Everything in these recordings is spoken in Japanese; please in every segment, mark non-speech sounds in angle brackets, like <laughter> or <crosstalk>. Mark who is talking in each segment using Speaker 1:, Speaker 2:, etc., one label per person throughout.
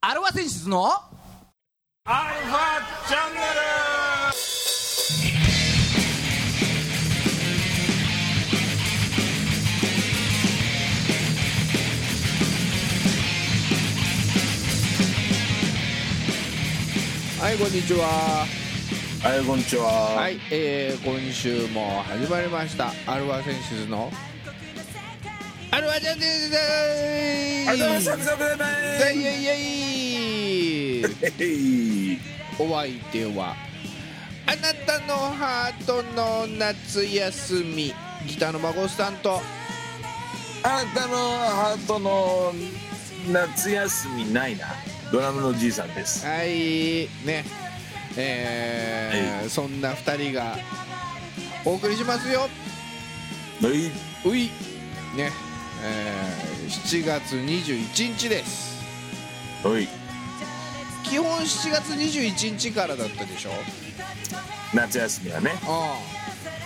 Speaker 1: アルファ選出の
Speaker 2: アルファチャンネル
Speaker 3: はいこんにちは
Speaker 2: はいこんにちは、
Speaker 3: は
Speaker 2: はい、
Speaker 3: い、えー、今週も始まりましたアルファセンシズのアルファチャンネルで
Speaker 2: ありがとうご
Speaker 3: す
Speaker 2: ざいますありがとうござい
Speaker 3: イエイイエイイエイ
Speaker 2: ますへい
Speaker 3: お相手はあなたのハートの夏休みギターの孫さんと
Speaker 2: あなたのハートの夏休みないなドラムのじいさんです
Speaker 3: はいねえーそんな2人がお送りしますよ
Speaker 2: はい、
Speaker 3: ういねえー7月21日です
Speaker 2: はい、
Speaker 3: 基本7月21日からだったでしょ
Speaker 2: 夏休みはね
Speaker 3: あ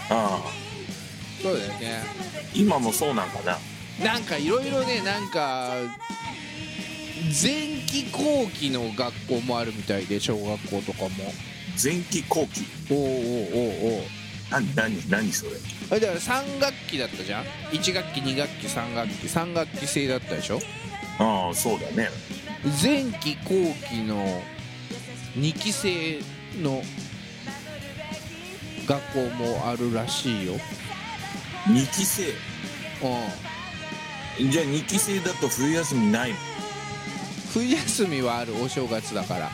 Speaker 2: ああ
Speaker 3: あそうだよね
Speaker 2: 今もそうなんかな
Speaker 3: なんかいろいろねなんか前期後期の学校もあるみたいで小学校とかも
Speaker 2: 前期後期
Speaker 3: おうおうおうおう
Speaker 2: 何何何それ
Speaker 3: あれだから3学期だったじゃん1学期2学期3学期3学期制だったでしょ
Speaker 2: ああそうだね
Speaker 3: 前期後期の2期生の学校もあるらしいよ
Speaker 2: 2期生
Speaker 3: うん
Speaker 2: じゃあ2期生だと冬休みないの
Speaker 3: 冬休みはあるお正月だから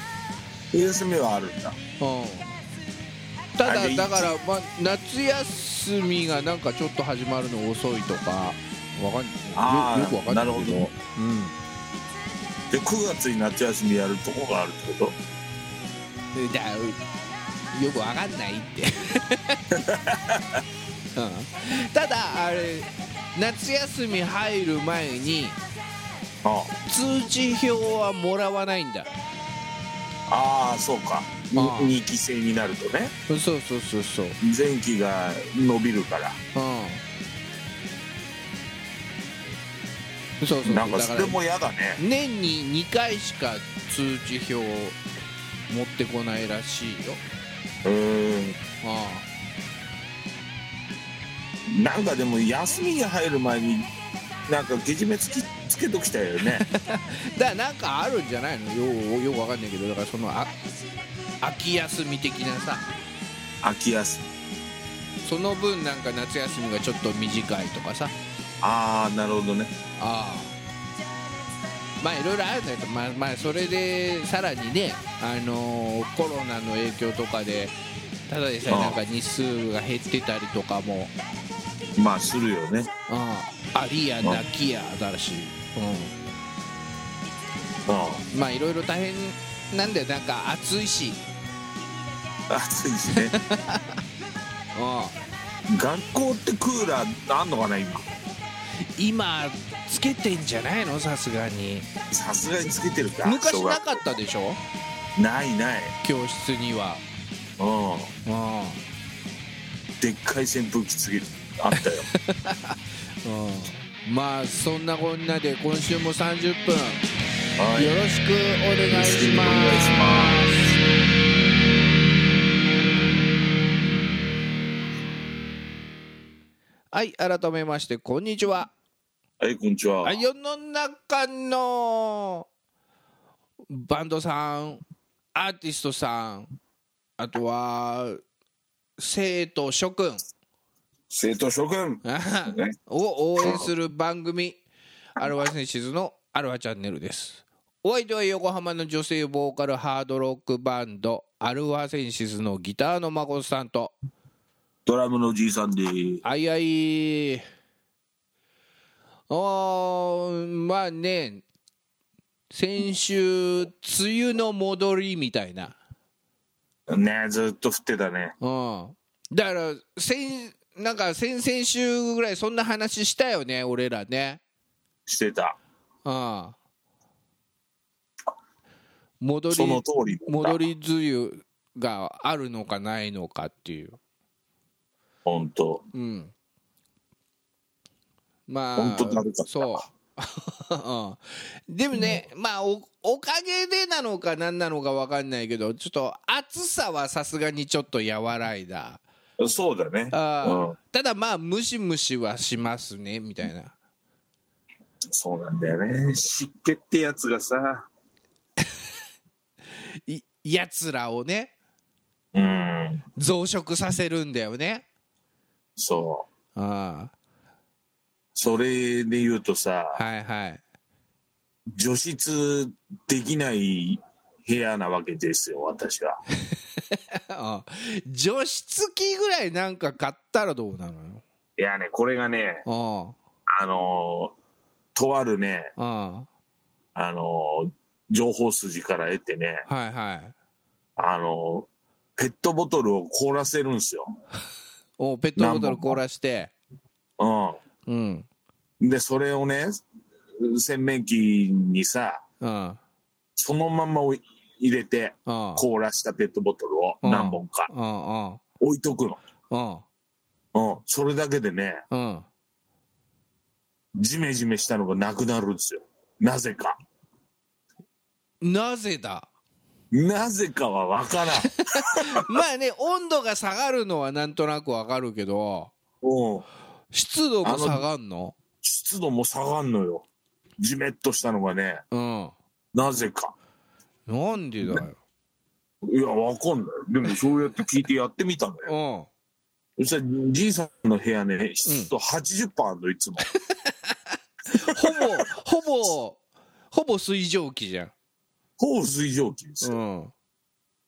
Speaker 2: 冬休みはあるんだ
Speaker 3: うんた
Speaker 2: あ
Speaker 3: だ
Speaker 2: れ
Speaker 3: だから、まあ、夏休みがなんかちょっと始まるの遅いとかわかん
Speaker 2: あ
Speaker 3: よ
Speaker 2: ー
Speaker 3: よくわかんないけど
Speaker 2: なるほ
Speaker 3: うん
Speaker 2: で9月に夏休みやるとこがあるってこと
Speaker 3: だよくわかんないって
Speaker 2: <laughs>
Speaker 3: うんただあれ夏休み入る前に
Speaker 2: あ
Speaker 3: 通知表はもらわないんだ
Speaker 2: あああそうか
Speaker 3: ああ
Speaker 2: 2期生になるとね
Speaker 3: そうそうそうそう
Speaker 2: 前期が伸びるから
Speaker 3: うんそうそうそう
Speaker 2: なんか
Speaker 3: だか
Speaker 2: そ
Speaker 3: ら
Speaker 2: れも嫌だね
Speaker 3: 年に2回しか通知表を持ってこないらしいよ
Speaker 2: うー
Speaker 3: あ
Speaker 2: んなんかでも休みに入る前になんかけじめつきつけときたいよ
Speaker 3: <laughs>
Speaker 2: ね
Speaker 3: あだからなんかあるんじゃないのようよくわかんないけどだからそのあ秋休み的なさ
Speaker 2: 秋休み
Speaker 3: その分なんか夏休みがちょっと短いとかさ
Speaker 2: ああなるほどね
Speaker 3: ああまあいろいろあるんだけど、まあまあ、それでさらにね、あのーコロナの影響とかでただでさえ
Speaker 2: ああ
Speaker 3: なんか日数が減ってたりとかも
Speaker 2: まあするよね
Speaker 3: ああありやなきやだし、
Speaker 2: あ
Speaker 3: うん、まあいろいろ大変なんだよなんか暑いし、
Speaker 2: あ暑いし
Speaker 3: <laughs>
Speaker 2: ね
Speaker 3: う
Speaker 2: 学校ってクーラーあんのかな今
Speaker 3: ん、今つけてんじゃないのさすがに
Speaker 2: さすがにつけてるか
Speaker 3: 昔な
Speaker 2: っ
Speaker 3: かったでしょ
Speaker 2: たないない
Speaker 3: 教室には、
Speaker 2: うん
Speaker 3: うん
Speaker 2: でっかい扇風機つけるあっ
Speaker 3: <laughs>
Speaker 2: たよ
Speaker 3: うん、まあそんなこんなで今週も30分
Speaker 2: はい
Speaker 3: よろしくお願いしま
Speaker 2: よろしくお願い
Speaker 3: すはい改めましてこんにちは
Speaker 2: はいこんにちは
Speaker 3: あ世の中のバンドさんアーティストさんあとは生徒諸君 <laughs>
Speaker 2: 生徒諸君
Speaker 3: あは
Speaker 2: ね
Speaker 3: を応援する番組アルファセンシズのアルファチャンネルですお相手は横浜の女性ボーカルハードロックバンドアルファセンシズのギターの孫さんと
Speaker 2: ドラムのじいさんで
Speaker 3: あいあいおーまあね先週梅雨の戻りみたいな
Speaker 2: ねずっと降ってたね
Speaker 3: うんだから先なんか先々週ぐらいそんな話したよね俺らね
Speaker 2: してた
Speaker 3: ああ戻
Speaker 2: その
Speaker 3: り
Speaker 2: 通りだ
Speaker 3: 戻り梅雨があるのかないのかっていう、
Speaker 2: 本当
Speaker 3: うん、まあ
Speaker 2: ほんとだるかった
Speaker 3: そう <laughs> うんでもね、まあおおかげでなのか何なのか分かんないけどちょっと暑さはさすがにちょっと和らいだ
Speaker 2: そうだね。
Speaker 3: あー
Speaker 2: うん
Speaker 3: ただまあムシムシはしますねみたいな
Speaker 2: そうなんだよね。湿気ってやつがさ。
Speaker 3: いやつらをね
Speaker 2: うん。
Speaker 3: 増殖させるんだよね
Speaker 2: そう。
Speaker 3: あ
Speaker 2: それで言うとさ、
Speaker 3: あはいはい <laughs>
Speaker 2: 除湿できない部屋なわけですよ、私は。
Speaker 3: あ除湿機ぐらいなんか買ったらどうなの
Speaker 2: いやね、これがね、
Speaker 3: よ
Speaker 2: あのーとあるね、
Speaker 3: ああ
Speaker 2: あのー情報筋から得てね、
Speaker 3: あはいはい
Speaker 2: あのーペットボトルを凍らせるんですよ。
Speaker 3: おペットボトル凍らして
Speaker 2: う
Speaker 3: うん
Speaker 2: ん。で、それをね、洗面器にさ、
Speaker 3: うんうん
Speaker 2: そのまま入れて、
Speaker 3: うん
Speaker 2: 凍らしたペットボトルを何本か
Speaker 3: うんうん
Speaker 2: 置いとくの。
Speaker 3: うん
Speaker 2: うん。それだけでね、
Speaker 3: うん
Speaker 2: ジメジメしたのがなくなるんですよ。なぜか。
Speaker 3: なぜだ <laughs>
Speaker 2: なぜかはわからん。
Speaker 3: まあね温度が下がるのはなんとなくわかるけど
Speaker 2: うん。
Speaker 3: 湿度も下がんの
Speaker 2: 湿度も下がんのよ。ジメッとしたのがね、
Speaker 3: うん
Speaker 2: なぜか。
Speaker 3: なんでだよ
Speaker 2: いや、わかんない。でもそうやって聞いてやってみたのよ。
Speaker 3: うん
Speaker 2: そしたら、じいさんの部屋ね、湿度80%あるの、いつも。
Speaker 3: ほぼほぼほぼ水蒸気じゃん
Speaker 2: ほぼ水蒸気ですよ。
Speaker 3: うん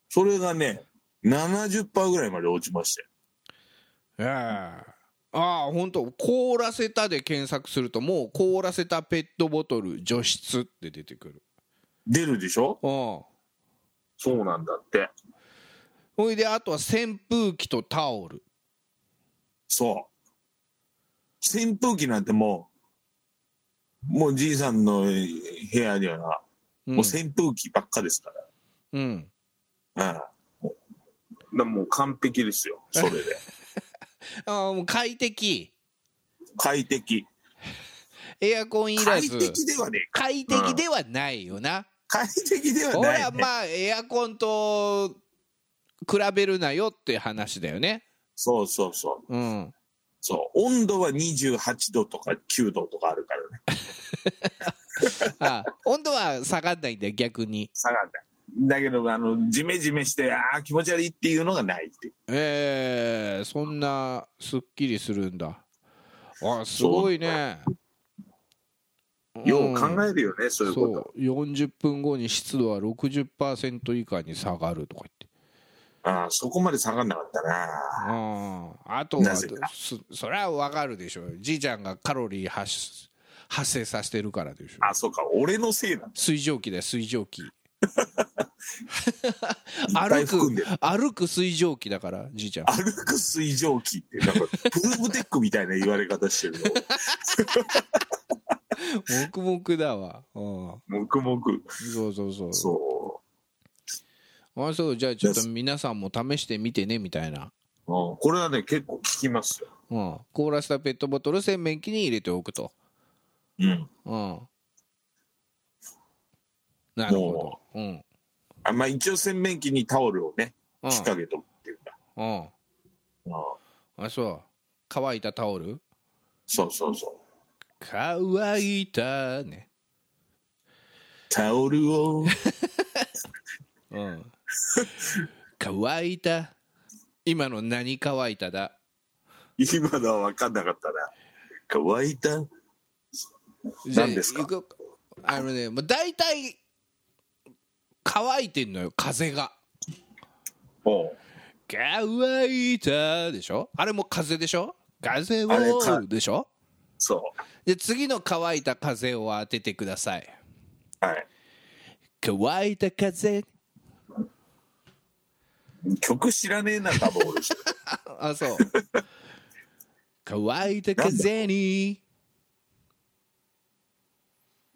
Speaker 2: それがね、70%ぐらいまで落ちましたよ。
Speaker 3: ええああ本当凍らせたで検索するともう凍らせたペットボトル除湿って出てくる
Speaker 2: 出るでしょ
Speaker 3: うん
Speaker 2: そうなんだって。
Speaker 3: ほいであとは扇風機とタオル
Speaker 2: そう。扇風機なんてもう、もうじいさんの部屋にはな、
Speaker 3: うん
Speaker 2: もう扇風機ばっかですから。
Speaker 3: うん
Speaker 2: うんもうだもう完璧ですよ、 <laughs> それで。
Speaker 3: ああもう快適
Speaker 2: 快適。
Speaker 3: エアコンいら
Speaker 2: 快
Speaker 3: ず
Speaker 2: 適ではねえか。
Speaker 3: 快適ではないよな、
Speaker 2: 快適では
Speaker 3: ほ
Speaker 2: な
Speaker 3: ら
Speaker 2: い、ね。
Speaker 3: まあエアコンと比べるなよって話だよね
Speaker 2: そうそうそ
Speaker 3: う
Speaker 2: う。
Speaker 3: ん
Speaker 2: そう。温度は28度とか9度とかあるからね。
Speaker 3: ああ温度は下がんないんだよ逆に
Speaker 2: 下がんない。だけど、あの、ジメジメして、ああ、気持ち悪いっていうのがないっていう。
Speaker 3: ええそんなすっきりするんだあすごいね
Speaker 2: よう考
Speaker 3: え
Speaker 2: えるよね、そういうこと。
Speaker 3: そう40分後に湿度は60%以下に下がるとか言って
Speaker 2: ああ、そこまで下がんなかったな。
Speaker 3: ああと
Speaker 2: な
Speaker 3: は
Speaker 2: ぜか
Speaker 3: そそれはわかるでしょじいちゃんがカロリー発し発生させてるからでしょ
Speaker 2: あ、そうか、俺のせいなんだ。
Speaker 3: 水蒸気だよ水蒸気
Speaker 2: いっぱい
Speaker 3: 歩
Speaker 2: 含ん
Speaker 3: く
Speaker 2: でる。
Speaker 3: 歩く水蒸気だからじいちゃん
Speaker 2: 歩く水蒸気って、なんか、プルーブテックみたいな言われ方してる
Speaker 3: 黙々だわうん <laughs>
Speaker 2: の。黙々。
Speaker 3: そうそうそう
Speaker 2: そ
Speaker 3: あそうじゃあちょっと皆さんも試してみてねみたいな、
Speaker 2: う。うんこれはね、結構効きますよ。
Speaker 3: うん、凍らせたペットボトル洗面器に入れておくと、
Speaker 2: うん。
Speaker 3: うん、なるほどうん
Speaker 2: あまあ、一応洗面器にタオルをね、
Speaker 3: うん
Speaker 2: 引っ掛けとくっていうか。
Speaker 3: うん
Speaker 2: うん
Speaker 3: あそう乾いたタオル
Speaker 2: そうそうそう。
Speaker 3: 乾いたね
Speaker 2: タオルを。
Speaker 3: うん乾いた今の何乾いただ
Speaker 2: <laughs> 今のは分かんなかったな。乾いた
Speaker 3: じゃあ
Speaker 2: 何ですか
Speaker 3: 行くあのねもう大体乾いてんのよ風が
Speaker 2: おう
Speaker 3: 乾いたでしょあれも風でしょ風
Speaker 2: あれ
Speaker 3: を
Speaker 2: か
Speaker 3: でしょ
Speaker 2: そう。
Speaker 3: で次の乾いた風を当ててください
Speaker 2: はい。
Speaker 3: 乾いた風
Speaker 2: 曲知らねえな、多分 <laughs> 俺。
Speaker 3: あそう
Speaker 2: <laughs>
Speaker 3: 乾いた風に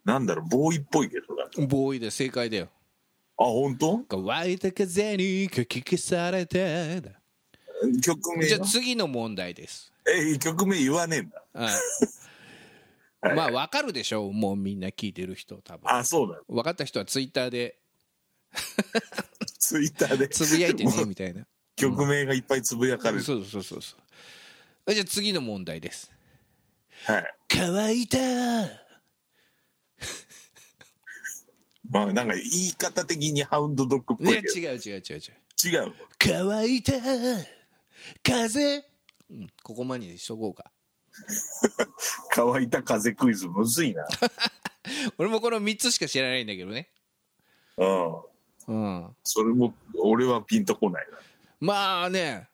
Speaker 2: なんだろう、ボーイっぽいけどな。あ、
Speaker 3: ボーイで正解だよ
Speaker 2: 本当？
Speaker 3: 乾いた風にかき消されてだ
Speaker 2: 曲名
Speaker 3: じゃあ
Speaker 2: は
Speaker 3: 次の問題です
Speaker 2: え、曲名言わねえんだ。
Speaker 3: うん <laughs> まあわかるでしょうもうみんな聞いてる人多分
Speaker 2: あ、そうだよ。
Speaker 3: 分かった人はツイッターで
Speaker 2: ツイッターで。
Speaker 3: つぶやいて
Speaker 2: も
Speaker 3: ね
Speaker 2: う
Speaker 3: みたいな
Speaker 2: 曲名がいっぱいつぶやかれる。
Speaker 3: そうそうそうそうじゃあ次の問題です
Speaker 2: はい。
Speaker 3: 乾いた
Speaker 2: まあ、なんか言い方的にハウンドドッグっぽ
Speaker 3: ね
Speaker 2: いけ
Speaker 3: 違う違う違う違う
Speaker 2: ど。違う。
Speaker 3: 乾いた風、うん、ここまでにしとこうか
Speaker 2: 乾いた風クイズむずいな。
Speaker 3: 俺もこの3つしか知らないんだけどね
Speaker 2: <laughs> うん。
Speaker 3: うん
Speaker 2: それも、俺はピンとこないな。
Speaker 3: まあね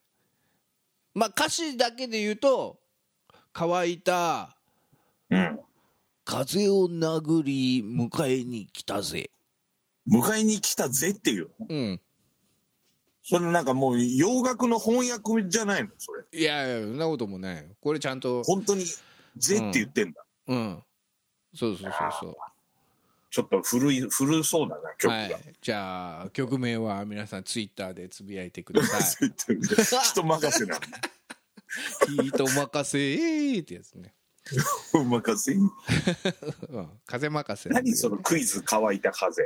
Speaker 3: まあ歌詞だけで言うと「乾いた
Speaker 2: うん。
Speaker 3: 風を殴り迎えに来たぜ
Speaker 2: 迎えに来たぜっていう。」
Speaker 3: うん
Speaker 2: それなんかもう洋楽の翻訳じゃないのそれ。
Speaker 3: いやいやそんなこともないよこれちゃんと
Speaker 2: 本当に、ぜって言ってんだ。
Speaker 3: うんそうそうそうそう
Speaker 2: ちょっと古い、古そうだな、曲が。
Speaker 3: はいじゃあ曲名は皆さんツイッターでつぶやいてくださ <laughs> い
Speaker 2: 人任
Speaker 3: <laughs>
Speaker 2: せな
Speaker 3: 「人任せ」ってやつね、
Speaker 2: の。任せ。
Speaker 3: うん、風任せなんだけど
Speaker 2: 何そのクイズ乾いた風。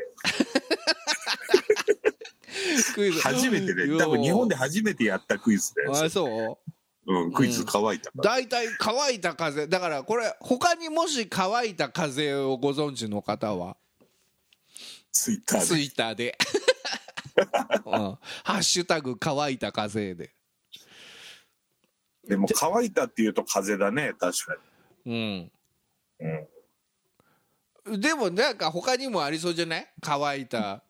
Speaker 3: クイズ
Speaker 2: 初めてね、多分日本で初めてやったクイズだよ。
Speaker 3: あそう
Speaker 2: うん、クイズ乾いた風。
Speaker 3: 大体乾いた風だからこれ他にもし乾いた風をご存知の方は
Speaker 2: ツイッター
Speaker 3: ツ
Speaker 2: で。
Speaker 3: イッター
Speaker 2: <laughs>
Speaker 3: で「うんハッシュタグ乾いた風で」
Speaker 2: でも乾いたっていうと風だね、確か
Speaker 3: うん
Speaker 2: に。うん。
Speaker 3: でもなんか他にもありそうじゃない乾いた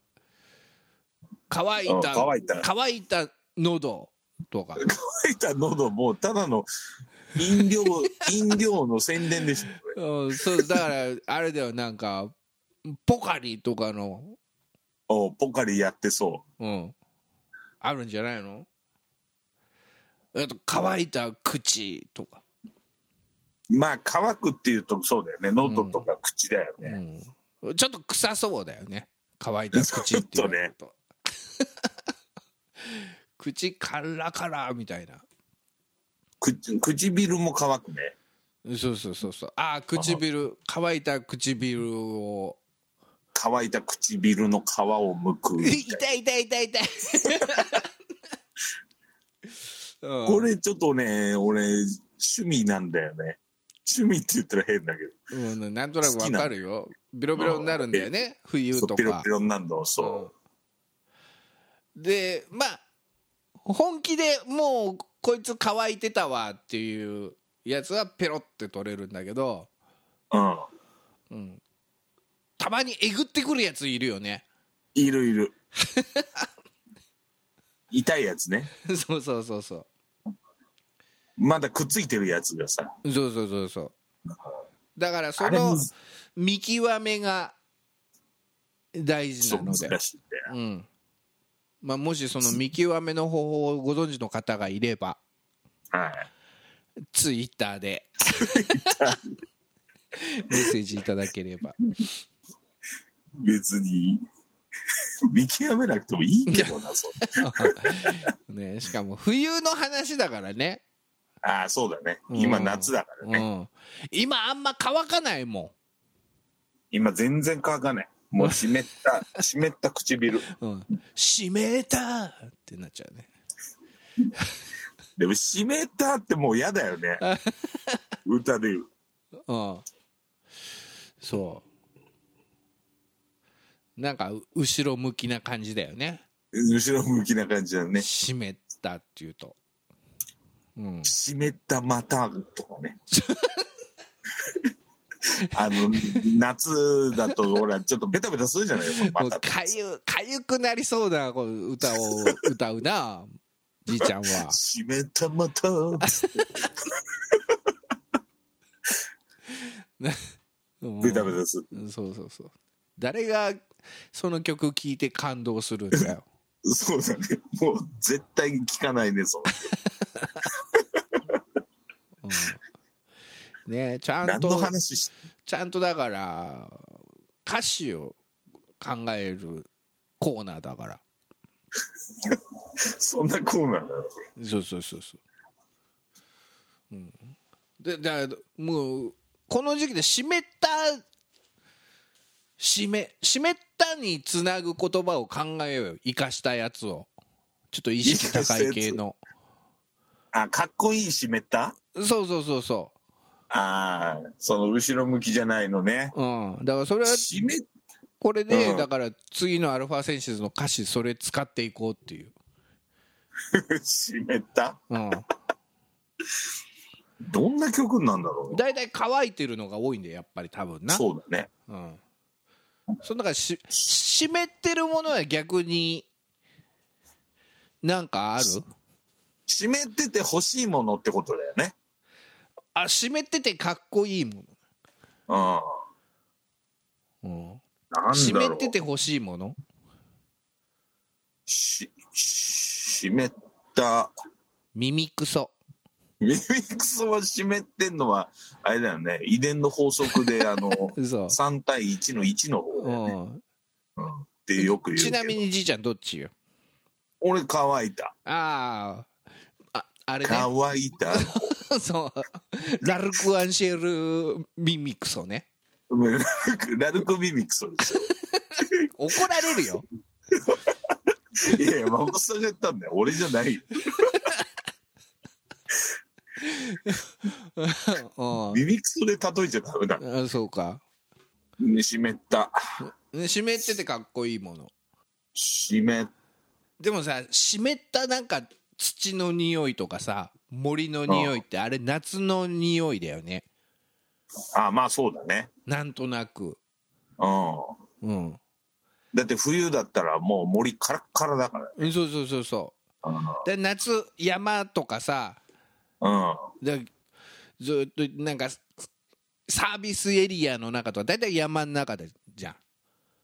Speaker 3: 乾い
Speaker 2: うん
Speaker 3: た
Speaker 2: 乾いた
Speaker 3: 乾いた喉と
Speaker 2: <laughs>
Speaker 3: か
Speaker 2: 乾いた喉もただの飲
Speaker 3: <laughs>
Speaker 2: 料、飲料の宣伝でしょ。これ
Speaker 3: うんそうだからあれだよなんかポカリとかの
Speaker 2: おポカリやってそ
Speaker 3: うんあるんじゃないのあと乾いた口とか
Speaker 2: う。まあ乾くっていうとそうだよね。喉とか口だよね。
Speaker 3: うん、ちょっと臭そうだよね乾いた口っていう
Speaker 2: ちょっ
Speaker 3: と <laughs> 口カラカラみたいな
Speaker 2: 口唇も乾くね。
Speaker 3: そうそうそうそうああ唇乾いた唇を
Speaker 2: 乾いた唇の皮を剥くみたいな。
Speaker 3: 痛い痛い痛い痛い、うん
Speaker 2: <laughs> こ、れちょっとね、俺、趣味なんだよね。趣味って言ったら変だけど、
Speaker 3: うん、なんとなくわかるよビロビロになるんだよね冬
Speaker 2: そう
Speaker 3: と
Speaker 2: ペロ
Speaker 3: か
Speaker 2: ペロになるの、そ
Speaker 3: うんでまあ本気でもうこいつ乾いてたわっていうやつはペロって取れるんだけど
Speaker 2: う。うん。
Speaker 3: うんたまにえぐってくるやついるよね
Speaker 2: いるいる。 <laughs> 痛いやつね。
Speaker 3: <laughs> そうそうそうそ
Speaker 2: まだくっついてるやつがさ。
Speaker 3: うそうそうそうそうだからそ
Speaker 2: あれ
Speaker 3: の
Speaker 2: む
Speaker 3: 見極めが大事
Speaker 2: そう
Speaker 3: なので
Speaker 2: 難しいんだよ。
Speaker 3: うんまあ、もしその見極めの方法をご存知の方がいれば
Speaker 2: はい。
Speaker 3: ツイッター <laughs> でメッセージいただければ <laughs>
Speaker 2: 別に、 <laughs> 見極めなくてもいいけどな、そう。
Speaker 3: ね、しかも冬の話だからね、
Speaker 2: ああ、そうだね。
Speaker 3: うん
Speaker 2: 今夏だから
Speaker 3: う
Speaker 2: ね。
Speaker 3: ん、今あんま乾かないも
Speaker 2: 今全然乾かない。もう湿っ
Speaker 3: <laughs>
Speaker 2: た、湿った唇。
Speaker 3: ん、うん、湿ったってなっちゃうね
Speaker 2: でも湿ったってもう嫌だよ
Speaker 3: <laughs>
Speaker 2: ね。歌で言う。
Speaker 3: うんそうなんかう後ろ向きな感じだよね
Speaker 2: 後ろ向きな感じだね。
Speaker 3: 湿ったっていうと、うん、
Speaker 2: 湿ったまたと
Speaker 3: <laughs>
Speaker 2: かね。あの、夏だと、ほら、ちょっとベタベタするじゃないですか、
Speaker 3: も
Speaker 2: ま
Speaker 3: う
Speaker 2: た。
Speaker 3: かゆかゆくなりそうなこう歌を <laughs> 歌うなじいちゃんは
Speaker 2: 湿ったまた。
Speaker 3: うん
Speaker 2: ベタベタする。
Speaker 3: うんそうそうそう誰がその曲聴いて感動するんだよ
Speaker 2: そうだね。もう絶対に聞かないね、そう。
Speaker 3: うんねちゃん
Speaker 2: 何の
Speaker 3: と
Speaker 2: 話し
Speaker 3: ちゃんとだから歌詞を考えるコーナーだから
Speaker 2: そんなコーナーなの
Speaker 3: そうそうそうそう、うん、でだからもうこの時期で湿った湿湿ったにつなぐ言葉を考えようよ生かしたやつをちょっと意識高い系の
Speaker 2: あかっこいい湿った
Speaker 3: そうそうそうそ
Speaker 2: ああその後ろ向きじゃないのね
Speaker 3: う、うん、だからそれは
Speaker 2: 湿っ
Speaker 3: これで、
Speaker 2: うん
Speaker 3: だから次のアルファセンシズの歌詞それ使っていこうっていう、
Speaker 2: 湿った
Speaker 3: うん、
Speaker 2: どんな曲なんだろ
Speaker 3: だいたい乾いてるのが多いんでやっぱり多分
Speaker 2: う
Speaker 3: な
Speaker 2: そうだね
Speaker 3: うん、その中し湿ってるものは逆になんかある
Speaker 2: 湿ってて欲しいものってことだよね
Speaker 3: あ湿っててかっこいいも
Speaker 2: うん
Speaker 3: の、
Speaker 2: なんだろう
Speaker 3: 湿ってて欲しいもの
Speaker 2: し湿った
Speaker 3: 耳くそ
Speaker 2: 耳くそは湿ってんのはあれだよね遺伝の法
Speaker 3: <laughs>
Speaker 2: 則であの
Speaker 3: 嘘
Speaker 2: 3対1の1の方だよね
Speaker 3: うん
Speaker 2: ってよく言う
Speaker 3: ち
Speaker 2: けど
Speaker 3: なみにじいちゃんどっちよ
Speaker 2: 俺乾いた
Speaker 3: ああああれね
Speaker 2: 乾いた
Speaker 3: <laughs> そうラルク・アンシェル耳くそね
Speaker 2: ラルコミミクソですよ
Speaker 3: 怒られるよ
Speaker 2: いやいや孫さんが言ったんだよ俺じゃないよ
Speaker 3: う
Speaker 2: 耳くそで例えちゃダメだ
Speaker 3: んあそうか
Speaker 2: ね湿った
Speaker 3: 湿っててかっこいいもの
Speaker 2: 湿っ
Speaker 3: でもさ湿ったなんか土の匂いとかさ森の匂いってあれ夏の匂いだよね
Speaker 2: あまあそうだね
Speaker 3: なんとなく
Speaker 2: うん
Speaker 3: うん
Speaker 2: だって冬だったらもう森カラッカラだから
Speaker 3: そうそうそうそう
Speaker 2: う
Speaker 3: で夏山とかさ
Speaker 2: ん、うん、
Speaker 3: でずっとなんかサービスエリアの中とか大体山の中でじゃん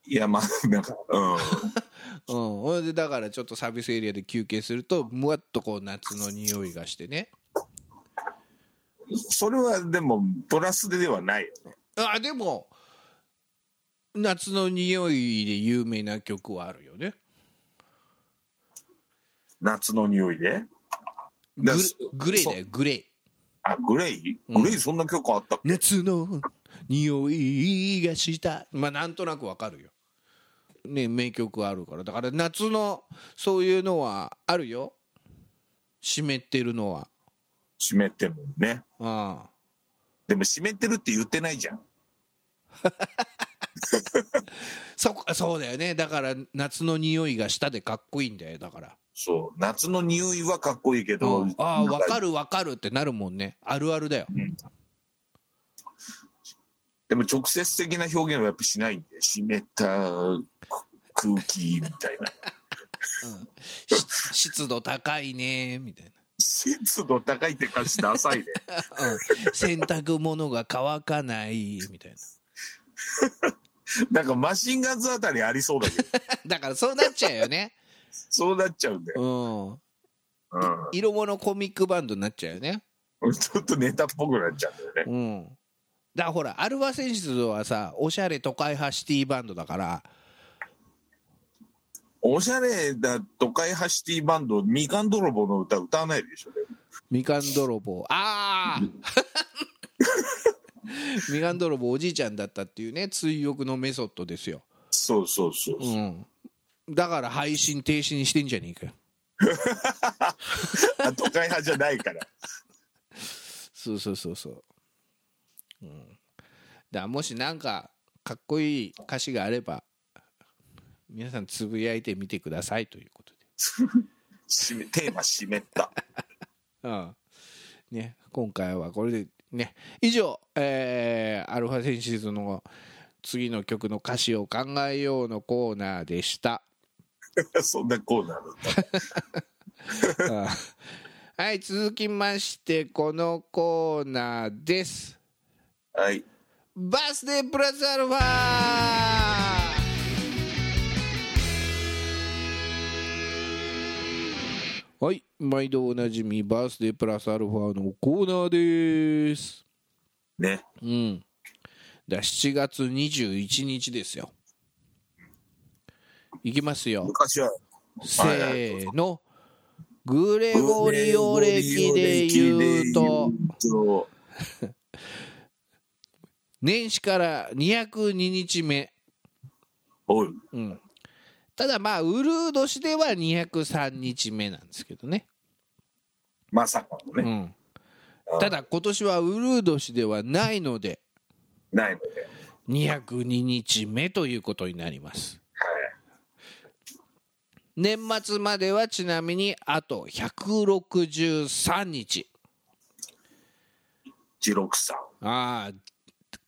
Speaker 2: いやまあなんかうん
Speaker 3: うんほいでだからちょっとサービスエリアで休憩するとむわっとこう夏の匂いがしてね
Speaker 2: それはでもプラスでではないよ
Speaker 3: あでも夏の匂いで有名な曲はあるよね
Speaker 2: 夏の匂いで
Speaker 3: グ
Speaker 2: だ
Speaker 3: レ
Speaker 2: そう
Speaker 3: グレーだよグレー
Speaker 2: あグレイグレイそんな曲あったっけ、
Speaker 3: 夏の匂いがしたまあなんとなくわかるよね名曲あるからだから夏のそういうのはあるよ湿ってるのは
Speaker 2: 湿ってるもんね
Speaker 3: ああ
Speaker 2: でも湿ってるって言ってないじゃん
Speaker 3: そこそうだよねだから夏の匂いがしたでかっこいいんだよだから
Speaker 2: そう夏の匂いはかっこいいけど、
Speaker 3: うんああ
Speaker 2: なん
Speaker 3: わかるわかるってなるもんねあるあ
Speaker 2: <laughs>
Speaker 3: るだよ
Speaker 2: でも直接的な表現はやっぱしないんで湿ったく空気みたい
Speaker 3: <laughs>
Speaker 2: な
Speaker 3: し湿度高いねみたいな、
Speaker 2: 湿度高いって感じダサいね
Speaker 3: うん洗濯物が乾かないみたいな <laughs>
Speaker 2: なんかマシンガンズあたりありそうだけど
Speaker 3: だからそうなっちゃうよね
Speaker 2: そうなっちゃうんだよ、
Speaker 3: うん
Speaker 2: う
Speaker 3: 色物コミックバンドになっちゃうよね
Speaker 2: ん、ちょっとネタっぽくなっちゃうんだよね
Speaker 3: うんだからほらアルファセンシズはさおしゃれ都会派シティバンドだから
Speaker 2: おしゃれだ都会派シティバンドみかん泥棒の歌歌わないでしょ、ね、
Speaker 3: みかん泥棒ああ <laughs> みかん泥棒おじいちゃんだったっていうね追憶のメソッドですよ、
Speaker 2: そうそうそう、
Speaker 3: うん、だから配信停止にしてんじゃねえかよ
Speaker 2: あ都会派じゃないから
Speaker 3: そうそうそうそう、うん、だからもしなんかかっこいい歌詞があれば皆さんつぶやいてみてくださいということで、
Speaker 2: しめテーマ湿った <laughs>
Speaker 3: うんね、今回はこれでね以上、えーアルファセンシズの次の曲の歌詞を考えようのコーナーでした。
Speaker 2: そんなコーナーだった
Speaker 3: はい続きましてこのコーナーです。
Speaker 2: はい
Speaker 3: バースデープラスアルファはい毎度おなじみバースデープラスアルファのコーナーです
Speaker 2: ね
Speaker 3: うんだ7月21日ですよいきますよ
Speaker 2: 昔は
Speaker 3: せ
Speaker 2: はいはい
Speaker 3: ーのグレゴリオ歴で言うと
Speaker 2: と
Speaker 3: 年始から202日目、
Speaker 2: おい
Speaker 3: うん、ただまあウルー年では203日目なんですけどね
Speaker 2: まさかの
Speaker 3: う
Speaker 2: ね、
Speaker 3: ん、ただ今年はウルー年ではないので
Speaker 2: ないので、
Speaker 3: 202日目ということになります年末まではちなみにあと163日
Speaker 2: ジロクさ
Speaker 3: ああ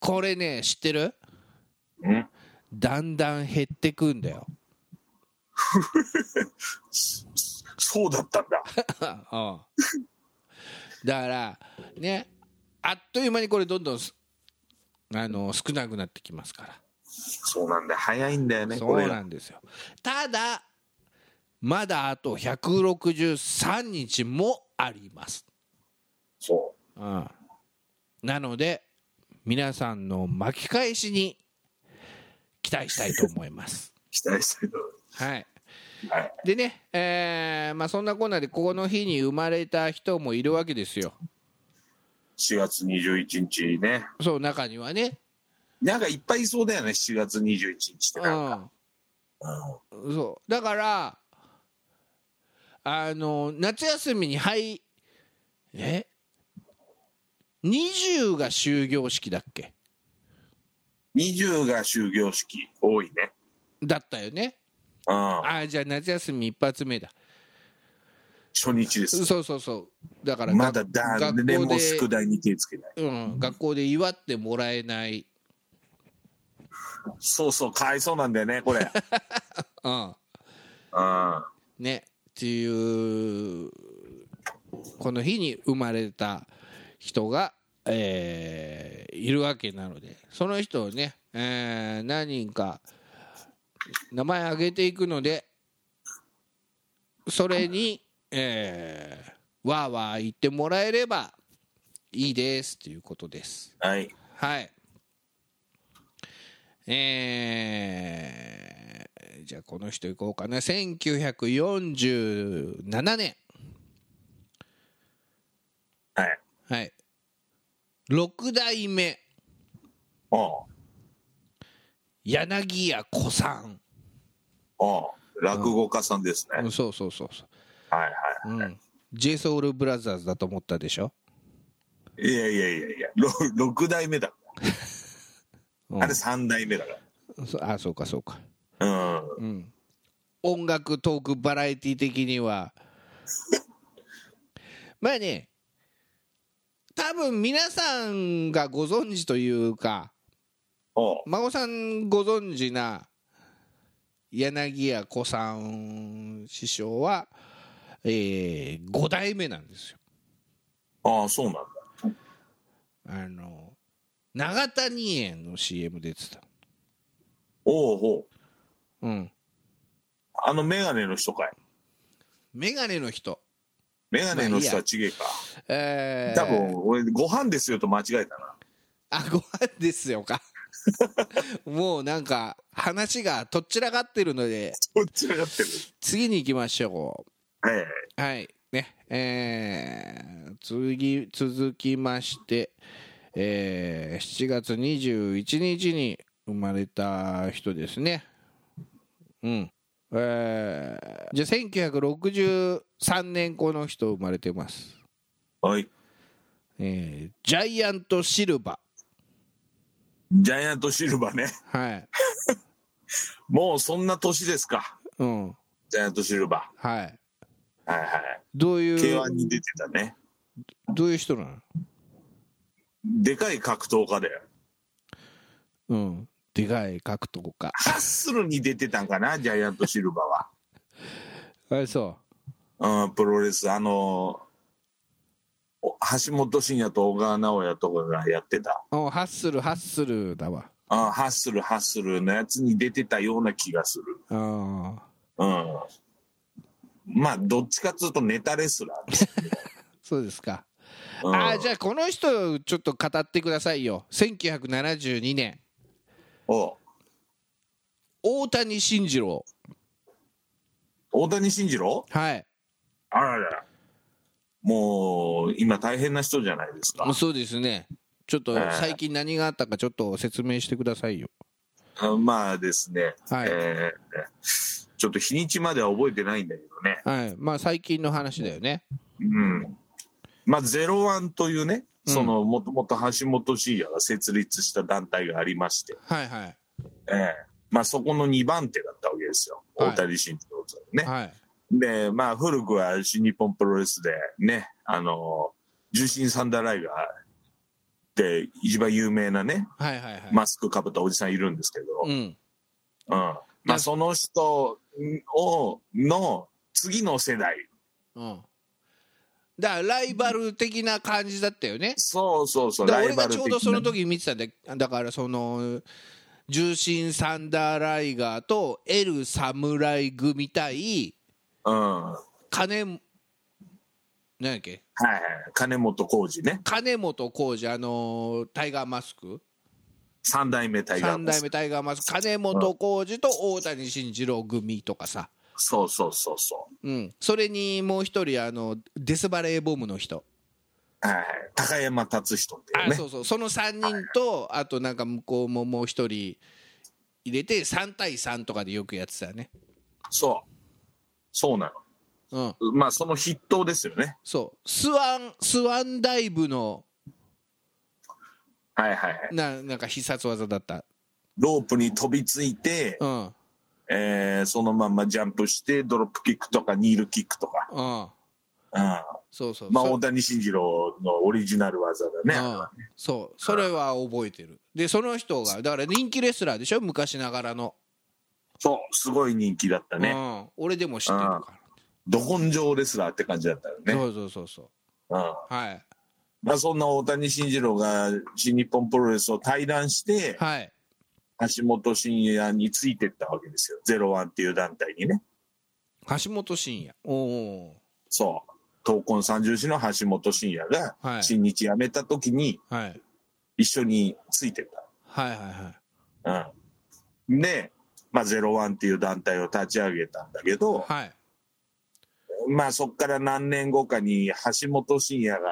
Speaker 3: これね知ってる
Speaker 2: ん、うん、
Speaker 3: だんだん減ってくんだよ <laughs>
Speaker 2: そうだったん
Speaker 3: <laughs>
Speaker 2: だ、
Speaker 3: うんだからねあっという間にこれどんどんすあの少なくなってきますから
Speaker 2: そうなんだ、早いんだよね、
Speaker 3: そ
Speaker 2: こ
Speaker 3: う
Speaker 2: れ
Speaker 3: な
Speaker 2: が。
Speaker 3: んですよただまだあと163日もあります、
Speaker 2: そ
Speaker 3: うん、なので皆さんの巻き返しに期待したいと思います
Speaker 2: う、期待したいと思い
Speaker 3: はい
Speaker 2: ます。はい、
Speaker 3: でね、えーまあ、そんなこんなでこの日に生まれた人もいるわけですよ
Speaker 2: 4月21日ね、
Speaker 3: そう中にはね、
Speaker 2: なんかいっぱいいそうだよね、4月21日って
Speaker 3: う
Speaker 2: なんか。
Speaker 3: ん、そうだからあの夏休みに入え20が終業式だっけ
Speaker 2: 20が終業式、多いね。
Speaker 3: だったよね
Speaker 2: うん、
Speaker 3: あじゃあ夏休み一発目だ
Speaker 2: 初日です。
Speaker 3: そうそうそうだから
Speaker 2: まだ
Speaker 3: が
Speaker 2: だ、
Speaker 3: 学
Speaker 2: で
Speaker 3: 校
Speaker 2: も
Speaker 3: で
Speaker 2: 宿題に手つけない。
Speaker 3: うん、学校で祝ってもらえない、
Speaker 2: そうそう、かわいそうなんだよね、
Speaker 3: <laughs>
Speaker 2: これ。
Speaker 3: うん、
Speaker 2: うん、
Speaker 3: ねっていうこの日に生まれた人が、えーいるわけなのでその人をね、えー何人か名前挙げていくのでそれに、えーわーわー言ってもらえればいいですということです。
Speaker 2: はい、
Speaker 3: はい。えーじゃあこの人いこうかな。1947年。
Speaker 2: はい。
Speaker 3: はい。六代目、
Speaker 2: おう
Speaker 3: 柳家小さん。
Speaker 2: おう落語家さんですね。
Speaker 3: うんそうそうそうそ
Speaker 2: はいは
Speaker 3: う。うん。j s o u l b r o t h e r だと思ったでしょ、
Speaker 2: い。いやいやいやいや、6代目だか
Speaker 3: うん
Speaker 2: ら。あれ3代目だか
Speaker 3: そあ、そうかそうか。
Speaker 2: ら。うん。
Speaker 3: うん。音楽トークバラエティ的には。 <laughs> まあね、多分皆さんがご存知というか、
Speaker 2: おう
Speaker 3: 孫さんご存知な柳家小さん師匠は、えー、5代目なんですよ。
Speaker 2: ああ、そうなんだ。
Speaker 3: あの、長谷園の CM 出てた。
Speaker 2: おうおう
Speaker 3: うん。
Speaker 2: あのメガネの人かい。
Speaker 3: メガネの人。
Speaker 2: メガネの人
Speaker 3: まあ
Speaker 2: はちげえか。
Speaker 3: えー、
Speaker 2: 多分、俺、ご飯ですよと間違えたな。
Speaker 3: あご飯ですよかもうなんか話がとっちらかってるので
Speaker 2: こっちがやってる。
Speaker 3: 次に行きましょ
Speaker 2: はいはい。
Speaker 3: うはいねえー次続きまして、えー7月21日に生まれた人ですねうんえーじゃあ1963年この人生まれてます、
Speaker 2: はい。
Speaker 3: えージャイアントシルバ
Speaker 2: ジャイアントシルバーね。
Speaker 3: ーはい
Speaker 2: もうそんな年ですか。
Speaker 3: うん
Speaker 2: ジャイアントシルバ
Speaker 3: はい
Speaker 2: ー。はいはい。
Speaker 3: どういう
Speaker 2: K1 に出てたね。
Speaker 3: どういう人なの
Speaker 2: でかい格闘家だよ。
Speaker 3: うん。でかい格闘家。
Speaker 2: ハッスルに出てたんかな、ジャイアントシルバ
Speaker 3: あれそ
Speaker 2: ーは。うん、プロレス、あのーお橋本真也と小川直也とかがやってた。
Speaker 3: う。おハッスル、ハッスルだわ。
Speaker 2: うん、ハッスル、ハッスルのやつに出てたような気がする。
Speaker 3: ああ。
Speaker 2: うん。まあ、どっちかっつうとネタレスラ
Speaker 3: <laughs>
Speaker 2: ーです。
Speaker 3: そうですか。
Speaker 2: うん
Speaker 3: ああ、じゃあこの人ちょっと語ってくださいよ。1972年。
Speaker 2: おう
Speaker 3: 大谷慎次郎。
Speaker 2: 大谷慎二郎
Speaker 3: はい。
Speaker 2: あららら。もう、今大変な人じゃないですか。
Speaker 3: そうですね。ちょっと最近何があったかちょっと説明してくださいよ
Speaker 2: あまあですね、
Speaker 3: はい
Speaker 2: えーちょっと日にちまでは覚えてないんだけどね、
Speaker 3: はいまあ最近の話だよね
Speaker 2: うん、まあ、ゼロワンというね、そのもともと橋本慎也が設立した団体がありまして、
Speaker 3: はいはい
Speaker 2: えーまあ、そこの2番手だったわけですよ、
Speaker 3: はい
Speaker 2: 大谷慎太郎さんね。
Speaker 3: はい
Speaker 2: で、まあ、古くは新日本プロレスでね、あの、重心サンダーライガーって一番有名なね、
Speaker 3: はいはいはい
Speaker 2: マスクかぶったおじさんいるんですけど、
Speaker 3: うん
Speaker 2: うん。まあ、その人を、の次の世代。
Speaker 3: うんだからライバル的な感じだったよね
Speaker 2: そうそうそう、
Speaker 3: だ
Speaker 2: ラ
Speaker 3: から俺
Speaker 2: イバ
Speaker 3: が
Speaker 2: ル
Speaker 3: ちょ
Speaker 2: 的
Speaker 3: うどその
Speaker 2: な。
Speaker 3: 時見てたんだだからその重心サンダーライガーとエル侍組対
Speaker 2: うん。はい
Speaker 3: 金なんだっけ
Speaker 2: はい。金本浩二ね。
Speaker 3: 金本浩二あのータイガーマスク
Speaker 2: 三代目タイガー
Speaker 3: 三
Speaker 2: マ
Speaker 3: 代
Speaker 2: スク。
Speaker 3: 目タイガーマスク金本浩二と大谷慎次郎組とかさ、
Speaker 2: そうそうそうそ
Speaker 3: うん、それにもう一人あのデスバレーボムの人、
Speaker 2: う。はいはい。高山達人っていう
Speaker 3: あ
Speaker 2: ね。
Speaker 3: そうそうその3人とあとなんか向こうももう一人入れて3対3とかでよくやってたよね
Speaker 2: そう。そうな
Speaker 3: うん
Speaker 2: の。まあ、その筆頭ですよね。
Speaker 3: そうスワンスワンダイブの
Speaker 2: はいはいはい。
Speaker 3: ななんか必殺技だった
Speaker 2: ロープに飛びついて、
Speaker 3: うんうん
Speaker 2: えーそのまんまジャンプして、ドロップキックとか、ニールキックとか。うん。
Speaker 3: そうそう
Speaker 2: まあ、
Speaker 3: そ
Speaker 2: 大谷慎二郎のオリジナル技だね。あれは
Speaker 3: う
Speaker 2: ね
Speaker 3: ん、そうそれは覚えてるでその人がだから人気レスラーでしょ昔ながらの、
Speaker 2: そう、すごい人気だった
Speaker 3: う
Speaker 2: ね。
Speaker 3: ん、俺でも知ってるか
Speaker 2: ど根性レスラーって感じだったよ
Speaker 3: ら、
Speaker 2: ね。
Speaker 3: そうそうそうそう
Speaker 2: うん。
Speaker 3: はい
Speaker 2: まあ、そんな大谷慎二郎が新日本プロレスを退団して、
Speaker 3: はい
Speaker 2: 橋本慎也についてったわけですよ。ゼロワンっていう団体にね。
Speaker 3: 橋本真也おお
Speaker 2: そう。闘魂三重士の橋本慎也が
Speaker 3: はい
Speaker 2: 新日辞めた時に
Speaker 3: はい
Speaker 2: 一緒についてっ
Speaker 3: はいはいはい
Speaker 2: た。うん。で、まあ、ゼロワンっていう団体を立ち上げたんだけど、
Speaker 3: はい
Speaker 2: まあそこから何年後かに橋本真也が、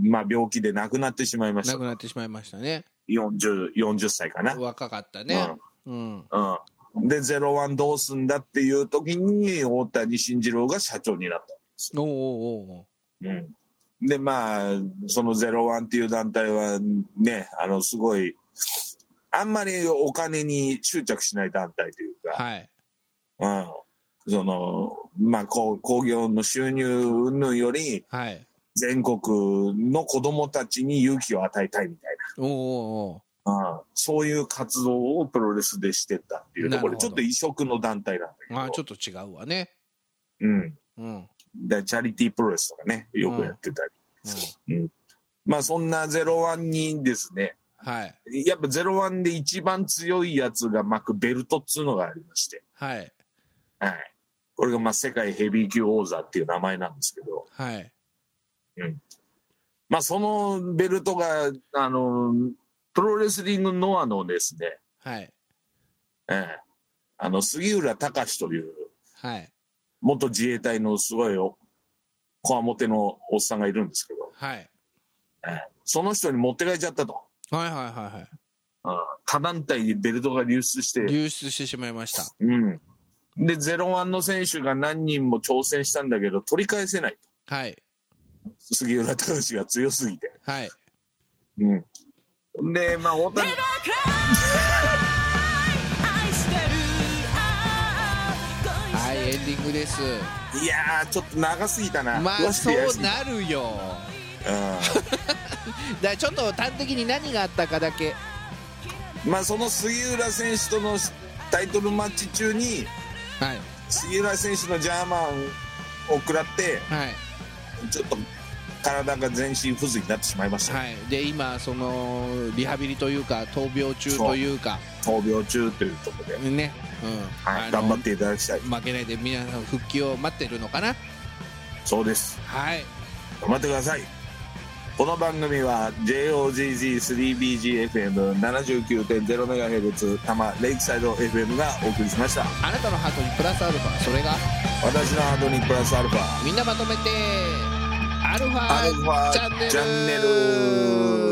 Speaker 2: まあ病気で亡くなってしまいまし
Speaker 3: 亡
Speaker 2: た
Speaker 3: く。なってしまいましたね
Speaker 2: 40, 40歳かな。
Speaker 3: 若かったねうん
Speaker 2: うん。うん。で、ゼロワンどうすんだっていう時に、大谷慎次郎が社長になっ
Speaker 3: おーおーおー
Speaker 2: た。うん。で、まあ、そのゼロワンっていう団体はね、あの、すごい、あんまりお金に執着しない団体というか、
Speaker 3: はい
Speaker 2: うん。その、まあ、こう興行の収入云々より、
Speaker 3: はい
Speaker 2: 全国の子供たちに勇気を与えたいみたい
Speaker 3: おーおーお
Speaker 2: な、うんそういう活動をプロレスでしてったっていうところ
Speaker 3: なる
Speaker 2: で、
Speaker 3: ほど
Speaker 2: ちょっと異色の団体なんだけ
Speaker 3: ー
Speaker 2: ど、
Speaker 3: あーちょっと違うわね
Speaker 2: うん、
Speaker 3: うんうん
Speaker 2: でチャリティープロレスとかね、よくやってたり、まあそんなゼロワンにですね、
Speaker 3: はい
Speaker 2: やっぱゼロワンで一番強いやつが巻くベルトっつうのがありまして、
Speaker 3: はい
Speaker 2: はい、これがまあ世界ヘビー級王座っていう名前なんですけど、
Speaker 3: はい
Speaker 2: まあそのベルトが、あの、プロレスリングノアのですね、
Speaker 3: はい
Speaker 2: ええ、あの杉浦隆という
Speaker 3: はい
Speaker 2: 元自衛隊のすごいおこわもてのおっさんがいるんですけど、
Speaker 3: はい
Speaker 2: ええ、その人に持って帰っちゃったと、
Speaker 3: はいはいはいは
Speaker 2: うん、他団体にベルトが流出し
Speaker 3: い
Speaker 2: て、
Speaker 3: 流出してしまいました
Speaker 2: うん、でゼロワンの選手が何人も挑戦したんだけど取り返せない
Speaker 3: はい
Speaker 2: 杉浦隆が強すぎて、
Speaker 3: はい
Speaker 2: うん、でまあ大
Speaker 1: 「愛してる愛してる」
Speaker 2: 谷
Speaker 3: はいエンディングです
Speaker 2: いやーちょっと長すぎたな、
Speaker 3: ま
Speaker 2: 詳
Speaker 3: あ
Speaker 2: し
Speaker 3: そ
Speaker 2: くやりす
Speaker 3: う
Speaker 2: ぎた
Speaker 3: なるよ
Speaker 2: う
Speaker 3: だからちょっと端的に何があったかだけ
Speaker 2: ん、まあその杉浦選手とのタイトルマッチ中に
Speaker 3: はい
Speaker 2: 杉浦選手のジャーマンを食らって
Speaker 3: はい
Speaker 2: ちょっと体が全身不随になってしまいました、
Speaker 3: はい、で今そのリハビリというか闘病中というか
Speaker 2: 闘病中というところで、
Speaker 3: ね、うん
Speaker 2: は
Speaker 3: あ
Speaker 2: い、
Speaker 3: の
Speaker 2: 頑張っていただきたい
Speaker 3: 負けないで皆さん復帰を待ってるのかな
Speaker 2: そうです
Speaker 3: はい
Speaker 2: 頑張ってくださいこの番組は JOGG3BGFM79.0MHz 多摩レイクサイド FM がお送りしました
Speaker 3: あなたのハートにプラスアルファそれが
Speaker 2: 私のハードにプラスアルファ
Speaker 3: みんなまとめてアルフ
Speaker 2: アルフ
Speaker 3: ァ
Speaker 2: ァ
Speaker 3: チャンネル
Speaker 2: チャンネル